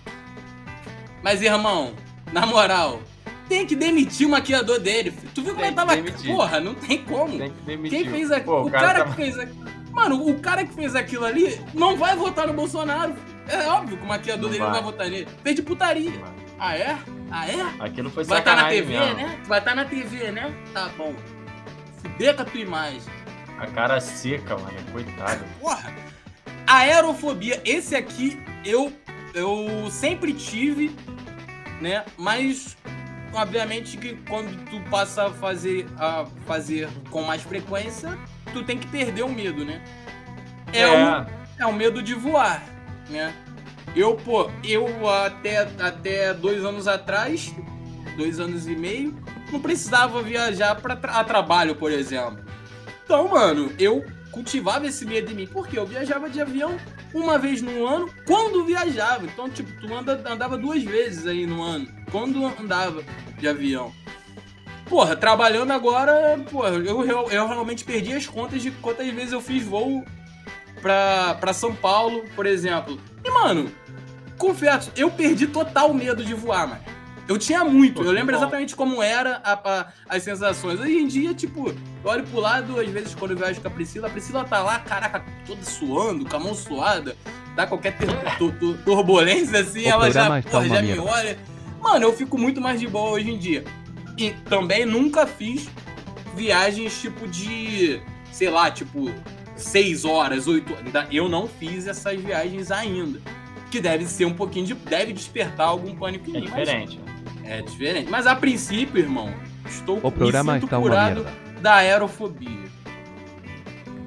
S5: Mas, irmão, na moral, Tem que demitir o maquiador dele. filho. Tu viu como
S6: Tem
S5: ele
S6: que
S5: tava.
S6: demitir.
S5: Porra, não tem como.
S6: Tem que demitir.
S5: Quem fez aquilo.
S6: Pô,
S5: o cara,
S6: tá-
S5: que fez aquilo. Mano, o cara que fez aquilo ali não vai votar no Bolsonaro. É óbvio que o maquiador
S6: Não
S5: dele não
S6: vai.
S5: vai votar nele. Fez de putaria. Ah, é? Ah, é?
S6: Aquilo foi
S5: Vai estar na
S6: sacanagem
S5: TV,
S6: mesmo.
S5: né? Vai estar na TV, né? Tá bom. Fuder com a tua imagem.
S6: A cara seca, mano. Coitado.
S5: Porra. Aerofobia. Esse aqui eu, eu sempre tive, né? Mas, obviamente, que quando tu passa a fazer, a fazer com mais frequência, tu tem que perder o medo, né? É, o é o medo de voar, né? Eu, pô, eu até, até dois anos atrás, dois anos e meio, não precisava viajar pra tra- a trabalho, por exemplo. Então, mano, eu cultivava esse medo em mim, porque eu viajava de avião uma vez no ano, quando viajava. Então, tipo, tu anda, andava duas vezes aí no ano, quando andava de avião. Porra, trabalhando agora, porra, eu, real- eu realmente perdi as contas de quantas vezes eu fiz voo pra, pra São Paulo, por exemplo. E, mano, confesso, eu perdi total medo de voar, mano. Eu tinha muito,
S6: Pô,
S5: eu
S6: que
S5: lembro
S6: bom.
S5: exatamente como era a- a- as sensações. Hoje em dia, tipo, eu olho pro lado, às vezes, quando eu viajo com a Priscila, a Priscila tá lá, caraca, toda suando, com a mão suada, dá qualquer ter- tu- tu- turbulência assim,
S4: O
S5: ela já,
S4: programa está
S5: porra,
S4: uma
S5: já me
S4: merda.
S5: olha. Mano, eu fico muito mais de boa hoje em dia. E também nunca fiz viagens tipo de, sei lá, tipo, 6 horas, 8 horas. Ainda- Eu não fiz essas viagens ainda. Que deve ser um pouquinho de. Deve despertar algum pânico em
S6: É
S5: mim. mas-
S6: diferente.
S5: é diferente. Mas a princípio, irmão, estou
S4: O programa
S5: me sinto
S4: está uma
S5: curado
S4: merda.
S5: da aerofobia.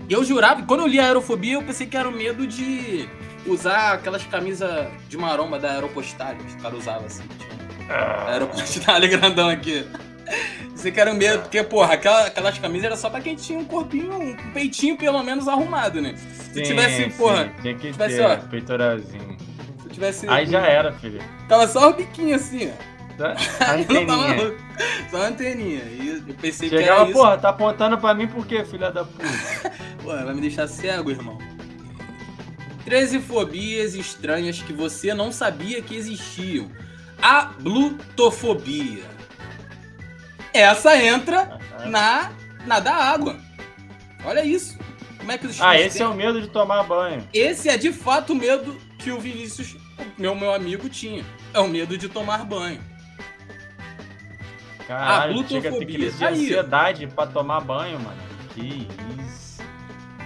S5: Eu jurava, quando eu li aerofobia, eu pensei que era o medo de usar aquelas camisas de maromba da aeropostalha que os caras usavam assim. Tipo,
S6: Ah.
S5: aeropostalha grandão aqui. Pensei que era o medo, porque, porra, aquela- aquelas camisas era só pra quem tinha um corpinho, um peitinho pelo menos arrumado, né?
S6: Se
S5: tivesse, porra,
S6: Tinha que
S5: tivesse,
S6: ter,
S5: ó.
S6: peitoralzinho.
S5: Se eu tivesse.
S6: Aí já era, filho.
S5: Tava só o biquinho assim, ó.
S6: Tá?
S5: Não tava-
S6: Anteninha.
S5: Só a anteninha. E eu pensei que era
S6: Chegava,
S5: isso.
S6: porra, tá apontando pra mim por quê, filha da puta?
S5: Pô, vai me deixar cego, irmão. 13 fobias estranhas que você não sabia que existiam. A blutofobia. Essa entra na, na da água. Olha isso. Como é que os
S6: Ah, esse é o medo de tomar banho.
S5: Esse é de fato o medo que o Vinícius, o meu, meu amigo, tinha. É o medo de tomar banho.
S6: Caralho,
S5: Ah,
S6: chega a ter crise de
S5: glutofobia. Aí, ó.
S6: ansiedade pra tomar banho, mano. Que isso.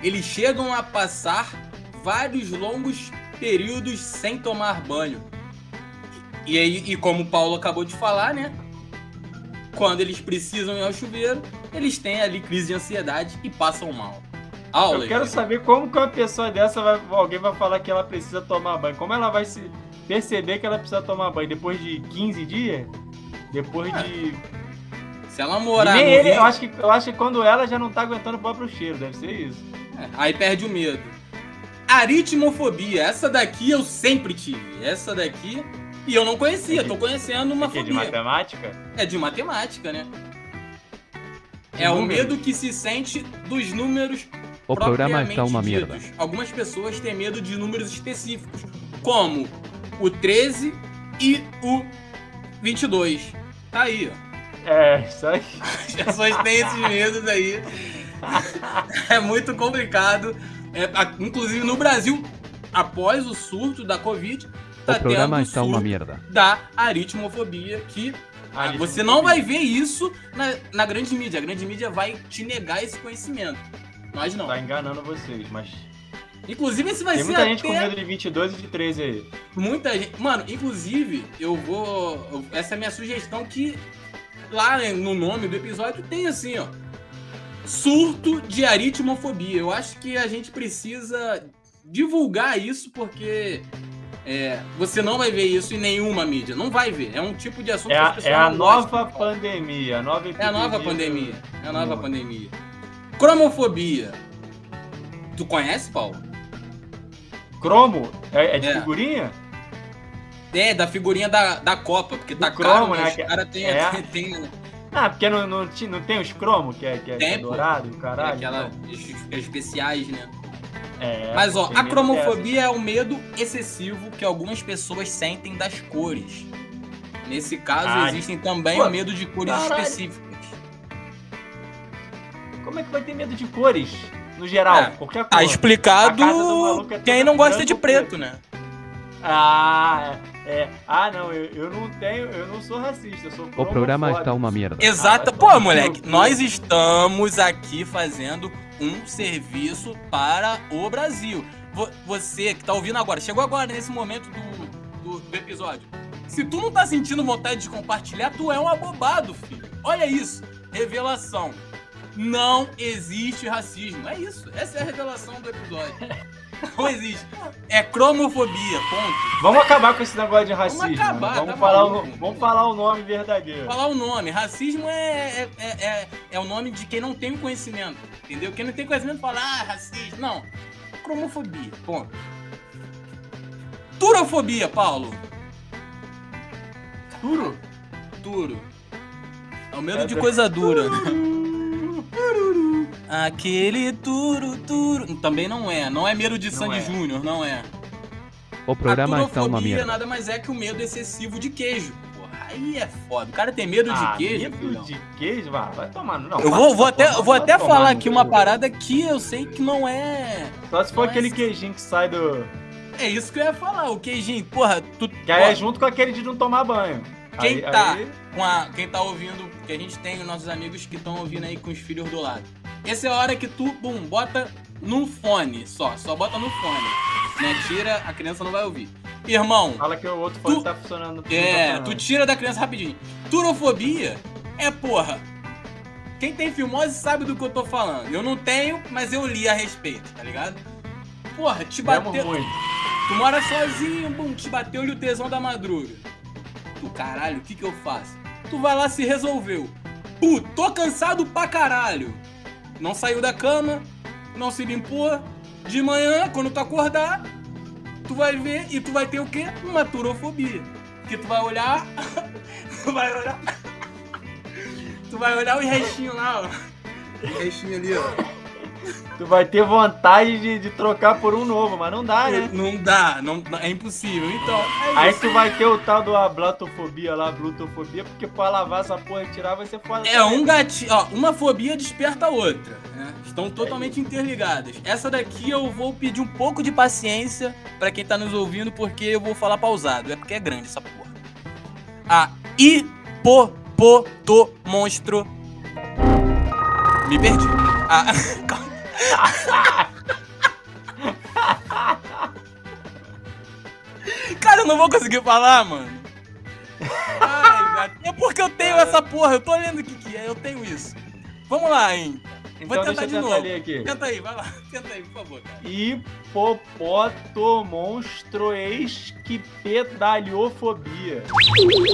S5: Eles chegam a passar vários longos períodos sem tomar banho. E, aí, e como o Paulo acabou de falar, né? Quando eles precisam ir ao chuveiro, eles têm ali crise de ansiedade e passam mal. Aula,
S6: Eu quero saber como que uma pessoa dessa, vai, alguém vai falar que ela precisa tomar banho. Como ela vai se perceber que ela precisa tomar banho? Depois de 15 dias? Depois
S5: Ah,
S6: de...
S5: Se ela
S6: E
S5: morar
S6: nem
S5: no
S6: ele,
S5: Rio,
S6: eu acho, que, eu acho que quando ela já não tá aguentando o próprio cheiro, deve ser isso.
S5: é, aí perde o medo. Aritmofobia. Essa daqui eu sempre tive. Essa daqui... E eu não conhecia.
S6: É de-
S5: Tô conhecendo uma
S6: Que é de
S5: fobia.
S6: matemática?
S5: É de matemática, né?
S6: De
S5: É o
S6: números.
S5: medo que se sente dos números
S4: O programa
S5: propriamente
S4: está então uma merda.
S5: ditos. Algumas pessoas têm medo de números específicos, como o 13 e o 22. Tá aí, ó.
S6: É, isso aí.
S5: As pessoas têm esses medos aí. É muito complicado. É, a- inclusive no Brasil, após o surto da Covid, tá
S4: O programa
S5: tendo
S4: está então
S5: surto
S4: uma merda.
S5: da aritmofobia, que ah, você
S6: né?
S5: não vai ver isso na, na grande mídia. A grande mídia vai te negar esse conhecimento. Nós não.
S6: Tá enganando vocês, mas...
S5: Inclusive, esse vai
S6: Tem
S5: ser
S6: muita
S5: até
S6: gente com medo de 22 e de 13 aí.
S5: muita gente. Mano, inclusive, eu vou. eu- Essa é a minha sugestão que lá né, no nome do episódio tem assim, ó. Surto de aritmofobia. Eu acho que a gente precisa divulgar isso porque é, você não vai ver isso em nenhuma mídia. Não vai ver. É um tipo de assunto
S6: É
S5: que
S6: a,
S5: as
S6: é
S5: pessoas
S6: a
S5: não
S6: nova
S5: gostam.
S6: pandemia, a nova
S5: É a nova
S6: epidemia
S5: pandemia.
S6: do-
S5: É a nova
S6: Não.
S5: pandemia. Cromofobia. Tu conhece, Paulo?
S6: Cromo? É, é de
S5: É.
S6: figurinha?
S5: É, da figurinha da, da Copa, porque tá
S6: Do
S5: caro,
S6: cromo,
S5: né?
S6: né,
S5: Os
S6: que-
S5: caras tem,
S6: é.
S5: tem, né? tem
S6: Ah, porque não, não, ti- não tem os cromos, que é, que é, que é
S5: Tem, pô.
S6: dourado, caralho.
S5: aquelas
S6: então.
S5: es- especiais, né?
S6: É,
S5: Mas ó,
S6: tem
S5: a
S6: medo
S5: cromofobia é o medo excessivo que algumas pessoas sentem das cores. Nesse caso,
S6: Ai.
S5: existem também
S6: Pô,
S5: medo de cores
S6: caralho.
S5: específicas.
S6: Como é que vai ter medo de cores? No geral,
S5: É,
S6: qualquer cor.
S5: Tá explicado
S6: A casa do maluco é
S5: quem
S6: toda
S5: não gosta
S6: branca
S5: de
S6: ou
S5: preto, né?
S6: Ah, é. é. Ah, não, eu, eu não tenho, eu não sou racista, eu sou
S4: O programa está
S6: homofóbico.
S4: uma merda.
S5: Exata.
S6: Ah, vai
S5: Pô,
S6: tomar
S5: moleque,
S6: no cu.
S5: nós estamos aqui fazendo um serviço para o Brasil. Vo- Você que tá ouvindo agora, chegou agora nesse momento do, do, do episódio. Se tu não tá sentindo vontade de compartilhar, tu é um abobado, filho. Olha isso. Revelação. Não existe racismo. É isso. Essa é a revelação do episódio. Não existe. É cromofobia, ponto.
S6: Vamos acabar com esse negócio de racismo.
S5: Vamos acabar,
S6: né? vamos,
S5: tá
S6: falar o,
S5: maluco.
S6: vamos falar o nome verdadeiro.
S5: falar o nome. Racismo é, é, é, é- é o nome de quem não tem o conhecimento. Entendeu? Quem não tem conhecimento fala, ah, racista. Não. Cromofobia. Ponto. Turofobia, Paulo.
S6: Turo?
S5: Duro. É o medo
S6: É,
S5: de
S6: tá-
S5: coisa dura. Aquele duro, duro. Também não é. Não é medo de
S6: Não
S5: Sandy
S6: é.
S5: Júnior, não é.
S4: O programa
S5: a
S4: está uma
S5: turofobia
S4: merda.
S5: nada mais é que o medo excessivo de queijo. Porra, aí é foda. O cara tem medo de
S6: Ah,
S5: queijo,
S6: medo
S5: filhão.
S6: de queijo? Vai, vai tomar. Não,
S5: Eu
S6: vai
S5: vou, vou
S6: tomar,
S5: até, eu vou
S6: vai
S5: até
S6: tomar
S5: falar
S6: no
S5: aqui uma
S6: cu.
S5: parada que eu sei que não é.
S6: Só se for
S5: Não é
S6: aquele
S5: assim.
S6: queijinho que sai do.
S5: É isso que eu ia falar. O queijinho, porra, tu.
S6: Que aí é
S5: ó,
S6: junto com aquele de não tomar banho.
S5: Quem
S6: Aí-
S5: tá?
S6: aí-
S5: com a, quem tá ouvindo, que a gente tem os nossos amigos que estão ouvindo aí com os filhos do lado. Essa é a hora que tu, bum, bota no fone só. Só bota no fone. Né? Tira, a criança não vai ouvir. Irmão,
S6: Fala que o outro fone
S5: Tu-
S6: tá funcionando. não
S5: É, tu
S6: tá funcionando.
S5: tira da criança rapidinho. Turofobia é porra. Quem tem filmose sabe do que eu tô falando. Eu não tenho, mas eu li a respeito, tá ligado? Porra, te
S6: Demos
S5: bateu.
S6: muito.
S5: Tu mora sozinho, bum, te bateu-lhe o tesão da madruga. Tu, caralho, o que que eu faço? Tu vai lá se resolveu. Pô, tô cansado pra caralho. Não saiu da cama, não se limpou. De manhã, quando tu acordar, tu vai ver e tu vai ter o quê? Uma turofobia. Que tu vai olhar. tu vai olhar. tu vai olhar os restinhos lá, ó. O restinho ali, ó.
S6: Tu vai ter vontade de, de trocar por um novo, mas não dá, né?
S5: Não dá, não, é impossível. Então, é
S6: Aí
S5: isso.
S6: tu vai ter o tal do ablatofobia lá, glutofobia, porque pra lavar essa porra e tirar vai ser foda.
S5: É um gatilho. Ó, uma fobia desperta a outra. Né? Estão totalmente interligadas. Essa daqui eu vou pedir um pouco de paciência pra quem tá nos ouvindo, porque eu vou falar pausado. É porque é grande essa porra. A hipopoto monstro. Me perdi. A... Calma. Cara, eu não vou conseguir falar, mano. Ai, gato. é porque eu tenho essa porra, eu tô lendo o que, que é, eu tenho isso. Vamos lá, hein?
S6: Então
S5: tentar
S6: deixa eu
S5: de
S6: tentar
S5: novo.
S6: ler aqui.
S5: Tenta aí, vai lá. Tenta aí, por favor, cara.
S6: Hipopotomonstro-esquipedaliofobia.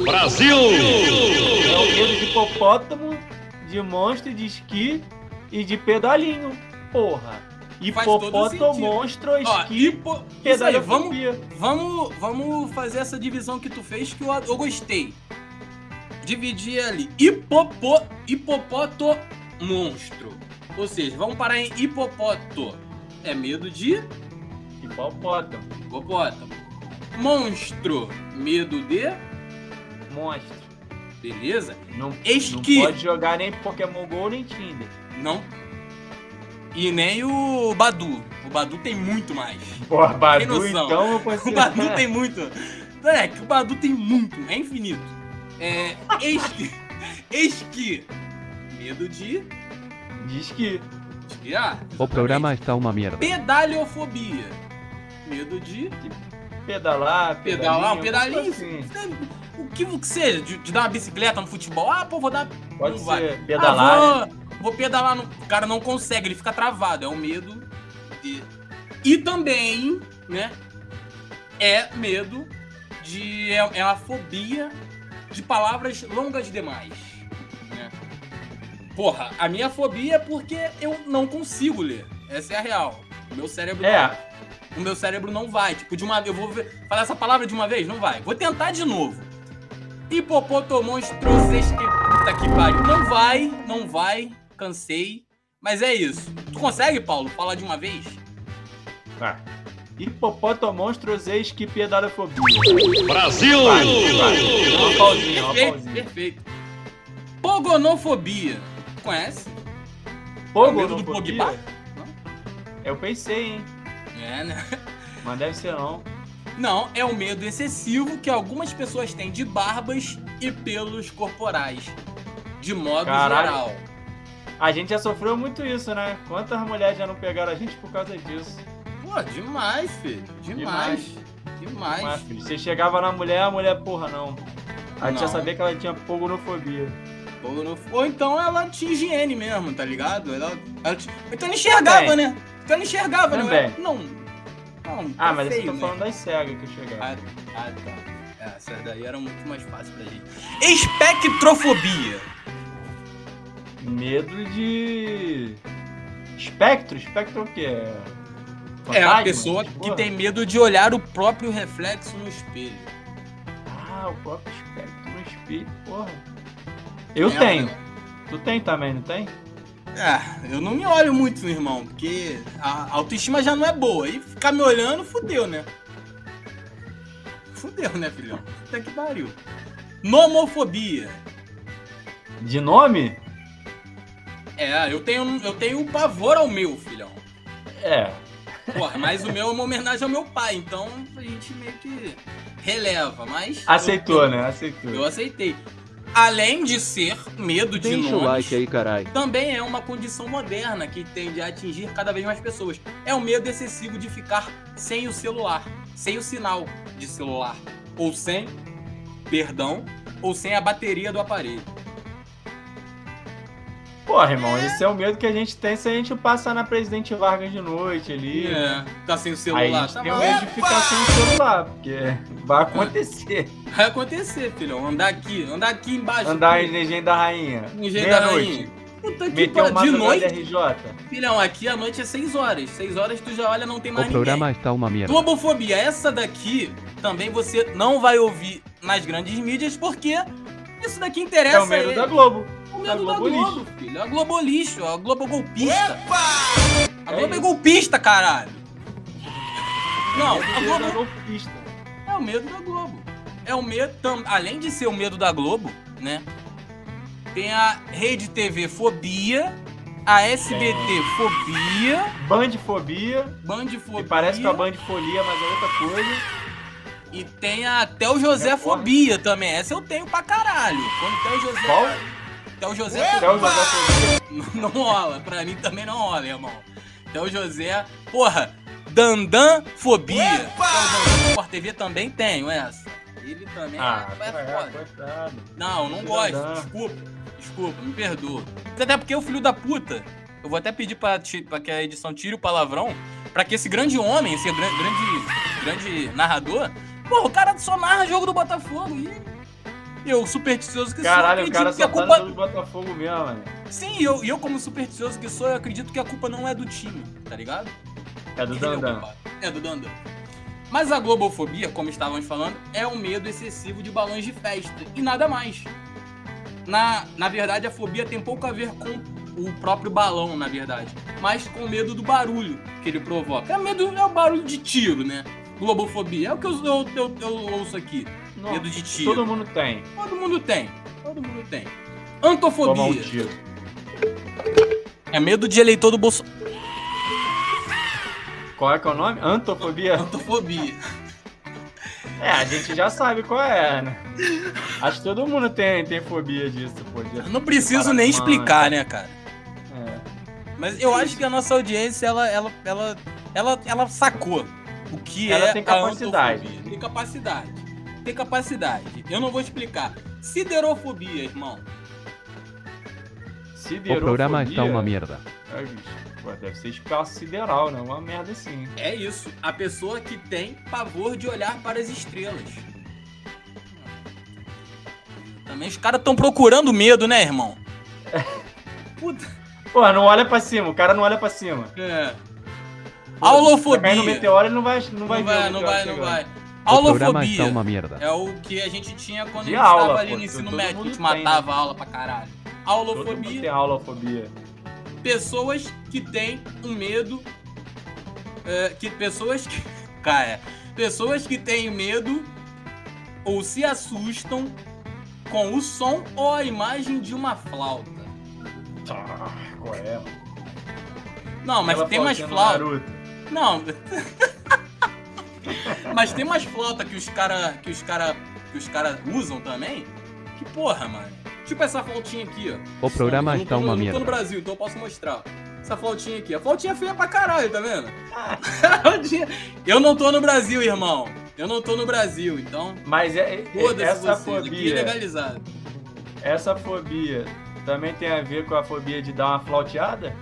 S2: Brasil!
S6: É o medo de hipopótamo, de monstro, de esqui e de pedalinho. Porra.
S5: Faz todo
S6: Hipopotomonstro,
S5: Ó,
S6: esqui,
S5: hipo... Isso aí, vamos,
S6: pedaliofobia.
S5: vamos, vamos fazer essa divisão que tu fez que eu, eu gostei. Dividir ali. Hipopo... Hipopoto monstro. Ou seja, vamos parar em hipopoto. É medo de
S6: Hipopótamo,
S5: hipopótamo. Monstro. Medo de...
S6: monstro.
S5: Beleza?
S6: Não,
S5: Esqui.
S6: não pode jogar nem Pokémon GO nem Tinder.
S5: Não. E nem o Badu. O Badu tem muito mais.
S6: Porra, Badu,
S5: noção.
S6: então eu
S5: O
S6: consigo...
S5: Badu tem muito. Moleque, o Badu tem muito. É infinito. É. Eis que. Eis que. Medo de
S6: Diz que
S5: esquiar.
S4: O programa está uma merda.
S5: Pedaliofobia. Medo de.
S6: pedalar,
S5: Pedalar, um pedalinho.
S6: pedalinho, alguma coisa assim.
S5: O que, o que seja, de, de dar uma bicicleta no futebol. Ah, pô, vou dar.
S6: Pode
S5: não vai.
S6: ser pedalar, né?
S5: Ah, vou, vou pedalar. No... O cara não consegue, ele fica travado. É um medo de. E também, né? É medo de. É, é uma fobia de palavras longas demais. né? Porra, a minha fobia é porque eu não consigo ler. Essa é a real. O meu cérebro.
S6: É,
S5: O meu cérebro não vai. Tipo, de uma Eu vou ver- falar essa palavra de uma vez? Não vai. Vou tentar de novo. Hipopotomões trouxe este. Puta que pariu. Não vai, não vai. Cansei. Mas é isso. Tu consegue, Paulo, falar de uma vez?
S6: Ah, Hipopotomonstros eis que piedadofobia.
S2: Brasil!
S6: Uma pausinha, uma
S5: Perfeito,
S6: pausinha.
S5: perfeito. Pogonofobia. Conhece?
S6: Pogo
S5: medo do Pogba?
S6: Eu pensei, hein?
S5: É, né?
S6: Mas deve ser não.
S5: Não, é o medo excessivo que algumas pessoas têm de barbas e pelos corporais. De modo
S6: Caralho.
S5: geral.
S6: A gente já sofreu muito isso, né? Quantas mulheres já não pegaram a gente por causa disso?
S5: Pô, demais, filho. Demais. Demais.
S6: Mas, filho, você chegava na mulher, a mulher, porra, não. A gente já
S5: Não.
S6: sabia que ela tinha pogonofobia.
S5: Pogonofo- Ou então ela tinha higiene mesmo, tá ligado? Ela, ela tinha- Então ela enxergava,
S6: Também.
S5: né? Então ela enxergava, né?
S6: Também.
S5: Não. Não,
S6: Ah,
S5: tá
S6: mas eu
S5: feio,
S6: tô
S5: né?
S6: falando das cegas que chegaram.
S5: Ah, ah, tá. É, Essas daí eram muito mais fáceis pra gente. Espectrofobia.
S6: Medo de. Espectro? Espectro é o quê?
S5: É
S6: Fantasma?
S5: a pessoa
S6: Essas
S5: que
S6: porra?
S5: tem medo de olhar o próprio reflexo no espelho.
S6: Ah, o próprio espectro no espelho, porra. Eu
S5: É,
S6: tenho.
S5: mano.
S6: Tu tem também, não tem?
S5: É, eu não me olho muito, meu irmão, porque a autoestima já não é boa. E ficar me olhando, fudeu, né? Fudeu, né, filhão? Até que pariu. Nomofobia.
S6: De nome?
S5: É, eu tenho, eu tenho pavor ao meu, filhão.
S6: É.
S5: Porra, mas o meu é uma homenagem ao meu pai, então a gente meio que releva, mas.
S6: Aceitou,
S5: eu,
S6: né? Aceitou.
S5: Eu, eu aceitei. Além de ser medo de
S1: Deixa o
S5: nomes,
S1: like aí, carai.
S5: também é uma condição moderna que tende a atingir cada vez mais pessoas. É o medo excessivo de ficar sem o celular, sem o sinal de celular, ou sem, perdão, ou sem a bateria do aparelho.
S6: Porra, irmão, esse é o medo que a gente tem se a gente passar na Presidente Vargas de noite ali.
S5: É, tá sem o
S6: Aí
S5: celular,
S6: a gente
S5: tá
S6: tem um
S5: maluco?
S6: medo de ficar sem o celular, porque vai acontecer.
S5: Vai acontecer, filhão. Andar aqui, andar aqui embaixo.
S6: Andar
S5: filho.
S6: em Legenda da Rainha.
S5: Engenho da
S6: Meia-noite.
S5: Rainha. Puta que
S6: Meteu
S5: pariu.
S6: uma
S5: De noite,
S6: RJ.
S5: filhão, aqui a noite é 6 horas. 6 horas tu já olha, não tem mais
S4: O
S5: ninguém.
S4: programa está uma mierda.
S5: Globofobia, essa daqui também você não vai ouvir nas grandes mídias, porque isso daqui interessa.
S6: É o medo
S5: ele.
S6: da Globo.
S5: O medo
S6: da
S5: da
S6: Globo
S5: Globo, filho. A Globo lixo, a Globo golpista. A
S6: É
S5: Globo é,
S6: isso.
S5: golpista, caralho. Não, a
S6: Medo da
S5: Globo
S6: é um golpista.
S5: é o medo da Globo. É o medo, tam- além de ser o medo da Globo, né? Tem a Rede TV Fobia, a SBT Fobia,
S6: Bandfobia.
S5: Bandfobia
S6: Que parece com a bandifolia, mas é outra coisa.
S5: e tem a Theo José Fobia também. Essa eu tenho pra caralho. Quando Theo José.
S6: Qual?
S5: Theo José
S6: Até o José
S5: Não, não rola, pra mim também não rola, irmão. Então o José, porra, Dandan Fobia. Então, o Dandan do Sport TV também tenho essa. Ele também
S6: Ah,
S5: é, é foda.
S6: coitado.
S5: Não, não
S6: Esse
S5: gosto.
S6: Dandan.
S5: Desculpa, desculpa, me perdoa. Até porque o filho da puta, eu vou até pedir pra, ti- pra que a edição tire o palavrão, pra que esse grande homem, esse gran- grande, grande narrador, porra, o cara só narra jogo do Botafogo e... Eu, supersticioso que
S6: Caralho,
S5: sou,
S6: o cara
S5: acredito que a
S6: só tá
S5: culpa
S6: no jogo do Botafogo mesmo, né? mano.
S5: Sim, e eu, e eu como supersticioso que sou, eu acredito que a culpa não é do time, tá ligado?
S6: É do
S5: Ele é o
S6: Dandan.
S5: culpado. É, do Dandan. Mas a globofobia, como estávamos falando, é o medo excessivo de balões de festa e nada mais. Na, na verdade, a fobia tem pouco a ver com o próprio balão, na verdade, mas com o medo do barulho que ele provoca. É medo é o barulho de tiro, né? Globofobia é o que eu, eu, eu- eu ouço aqui.
S6: Não,
S5: medo de tiro.
S6: Todo mundo tem.
S5: Todo mundo tem. Todo mundo tem.
S6: Tomar um
S5: Antofobia.
S6: tiro.
S5: É medo de eleitor do Bolsonaro.
S6: Qual é que é o nome? Antofobia?
S5: Antofobia.
S6: É, a gente já sabe qual é, né? Acho que todo mundo tem, tem fobia disso, pô. de-
S5: Eu Não preciso nem explicar, né, cara?
S6: É.
S5: Mas eu acho que a nossa audiência, ela, ela, ela, ela, ela sacou o que
S6: Ela
S5: é
S6: tem
S5: a
S6: capacidade.
S5: antofobia. Tem capacidade. Tem capacidade. Eu não vou explicar. Siderofobia, irmão.
S4: O
S6: Siderofobia.
S4: programa está uma mierda.
S6: Ai, bicho. Pô, deve ser espaço sideral, né? Uma merda assim.
S5: É isso. A pessoa que tem pavor de olhar para as estrelas. Também os caras estão procurando medo, né, irmão? Puta.
S6: Pô, não olha pra cima, o cara não olha pra cima.
S5: É.
S6: Se cair no
S5: Aulofobia.
S6: meteoro, ele não um vai, não vai
S5: Não vai,
S6: ver. o
S5: não
S6: meteoro
S5: vai, não
S6: chegando.
S5: vai.
S4: O programa está
S5: Aulofobia
S4: então uma mierda.
S5: é o que a gente tinha quando
S6: De
S5: a gente
S6: aula,
S5: tava
S6: pô,
S5: ali no ensino
S6: todo
S5: médio, a
S6: mundo
S5: gente
S6: tem, né?
S5: matava a aula pra caralho.
S6: Todo mundo
S5: Aulofobia,
S6: tem aulofobia.
S5: pessoas que têm um medo. é, que pessoas que. cara. Pessoas que têm medo ou se assustam com o som ou a imagem de uma flauta.
S6: Qual é, mano?
S5: Não, mas
S6: Aquela
S5: tem umas
S6: flautinha do
S5: flautas.
S6: Naruto.
S5: Não. Mas tem umas flautas que os cara que os cara que os cara usam também. Que porra, mano. Tipo essa flautinha aqui, ó.
S4: O programa
S5: Eu não tô
S4: está
S5: no-
S4: uma
S5: eu não tô no
S4: mierda.
S5: Brasil, então eu posso mostrar. Essa flautinha aqui. A flautinha é feia pra caralho, tá vendo?
S6: Ah.
S5: Flautinha- eu não tô no Brasil, irmão. Eu não tô no Brasil, então
S6: Mas é, é-
S5: foda-se
S6: essa
S5: vocês. Aqui é
S6: fobia,
S5: legalizado.
S6: essa fobia também tem a ver com a fobia de dar uma flauteada?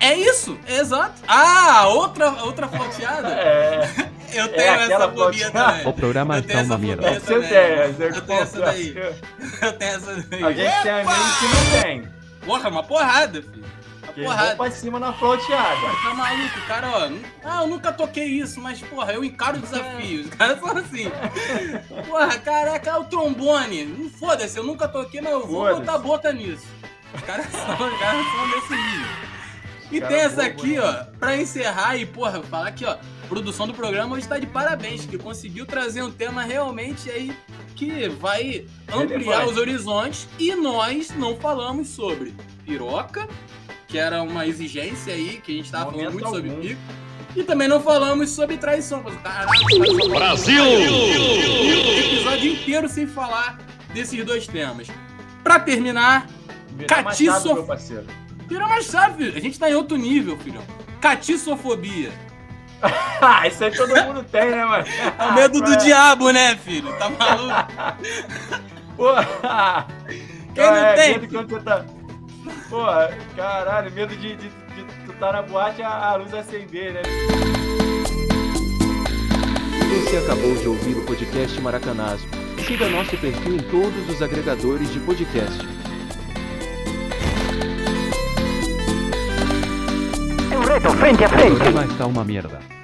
S5: É isso, é exato. Ah, outra, outra flauteada?
S6: É,
S5: Eu
S6: É
S5: tenho essa
S6: aquela
S5: fobia
S6: flauteada.
S5: também.
S4: O programa
S5: Eu tenho
S4: está
S5: essa
S4: uma
S5: fobia.
S4: mierda.
S5: Eu
S6: você
S5: também.
S6: tem, você
S5: Eu tenho essa daí.
S6: confessa.
S5: Eu tenho essa daí.
S6: A gente tem amigos que não
S5: Porra, uma porrada, filho. Uma
S6: tem, que vão
S5: porrada.
S6: pra cima na flauteada.
S5: Tá maluco, cara, ó. n- Ah, eu nunca toquei isso, mas, porra, eu encaro desafios. Os caras falam assim. Porra, caraca, ah, o trombone. Não foda-se, eu nunca toquei, mas eu vou
S6: Foda-se.
S5: botar a bota nisso. Os caras são, os caras são desse nível. E
S6: Cara
S5: tem essa
S6: bobo,
S5: aqui,
S6: né?
S5: ó, pra encerrar e, porra, falar aqui, ó. Produção do programa hoje tá de parabéns, que conseguiu trazer um tema realmente aí que vai ampliar
S6: Relevante.
S5: os horizontes e nós não falamos sobre piroca, que era uma exigência aí, que a gente tava falando
S6: Momento
S5: muito sobre
S6: algum.
S5: pico. E também não falamos sobre traição. mas, tá Caraca,
S2: Brasil!
S5: o episódio inteiro sem falar desses dois temas. Pra terminar,
S6: Virar
S5: Catiço-
S6: machado, meu parceiro.
S5: vira mais chave, é filho. A gente tá em outro nível, filhão. Catissofobia.
S6: Ah, isso aí todo mundo tem, né, mano?
S5: É o medo do diabo, né, filho? Tá maluco?
S6: Porra!
S5: Quem
S6: Cara,
S5: não
S6: é,
S5: tem,
S6: Medo quando você tá... Porra, caralho, medo de, de, de tu tá na boate a, a luz acender, né?
S1: Você acabou de ouvir o podcast Maracanazo. Siga nosso perfil em todos os agregadores de podcast.
S4: O programa está uma mierda.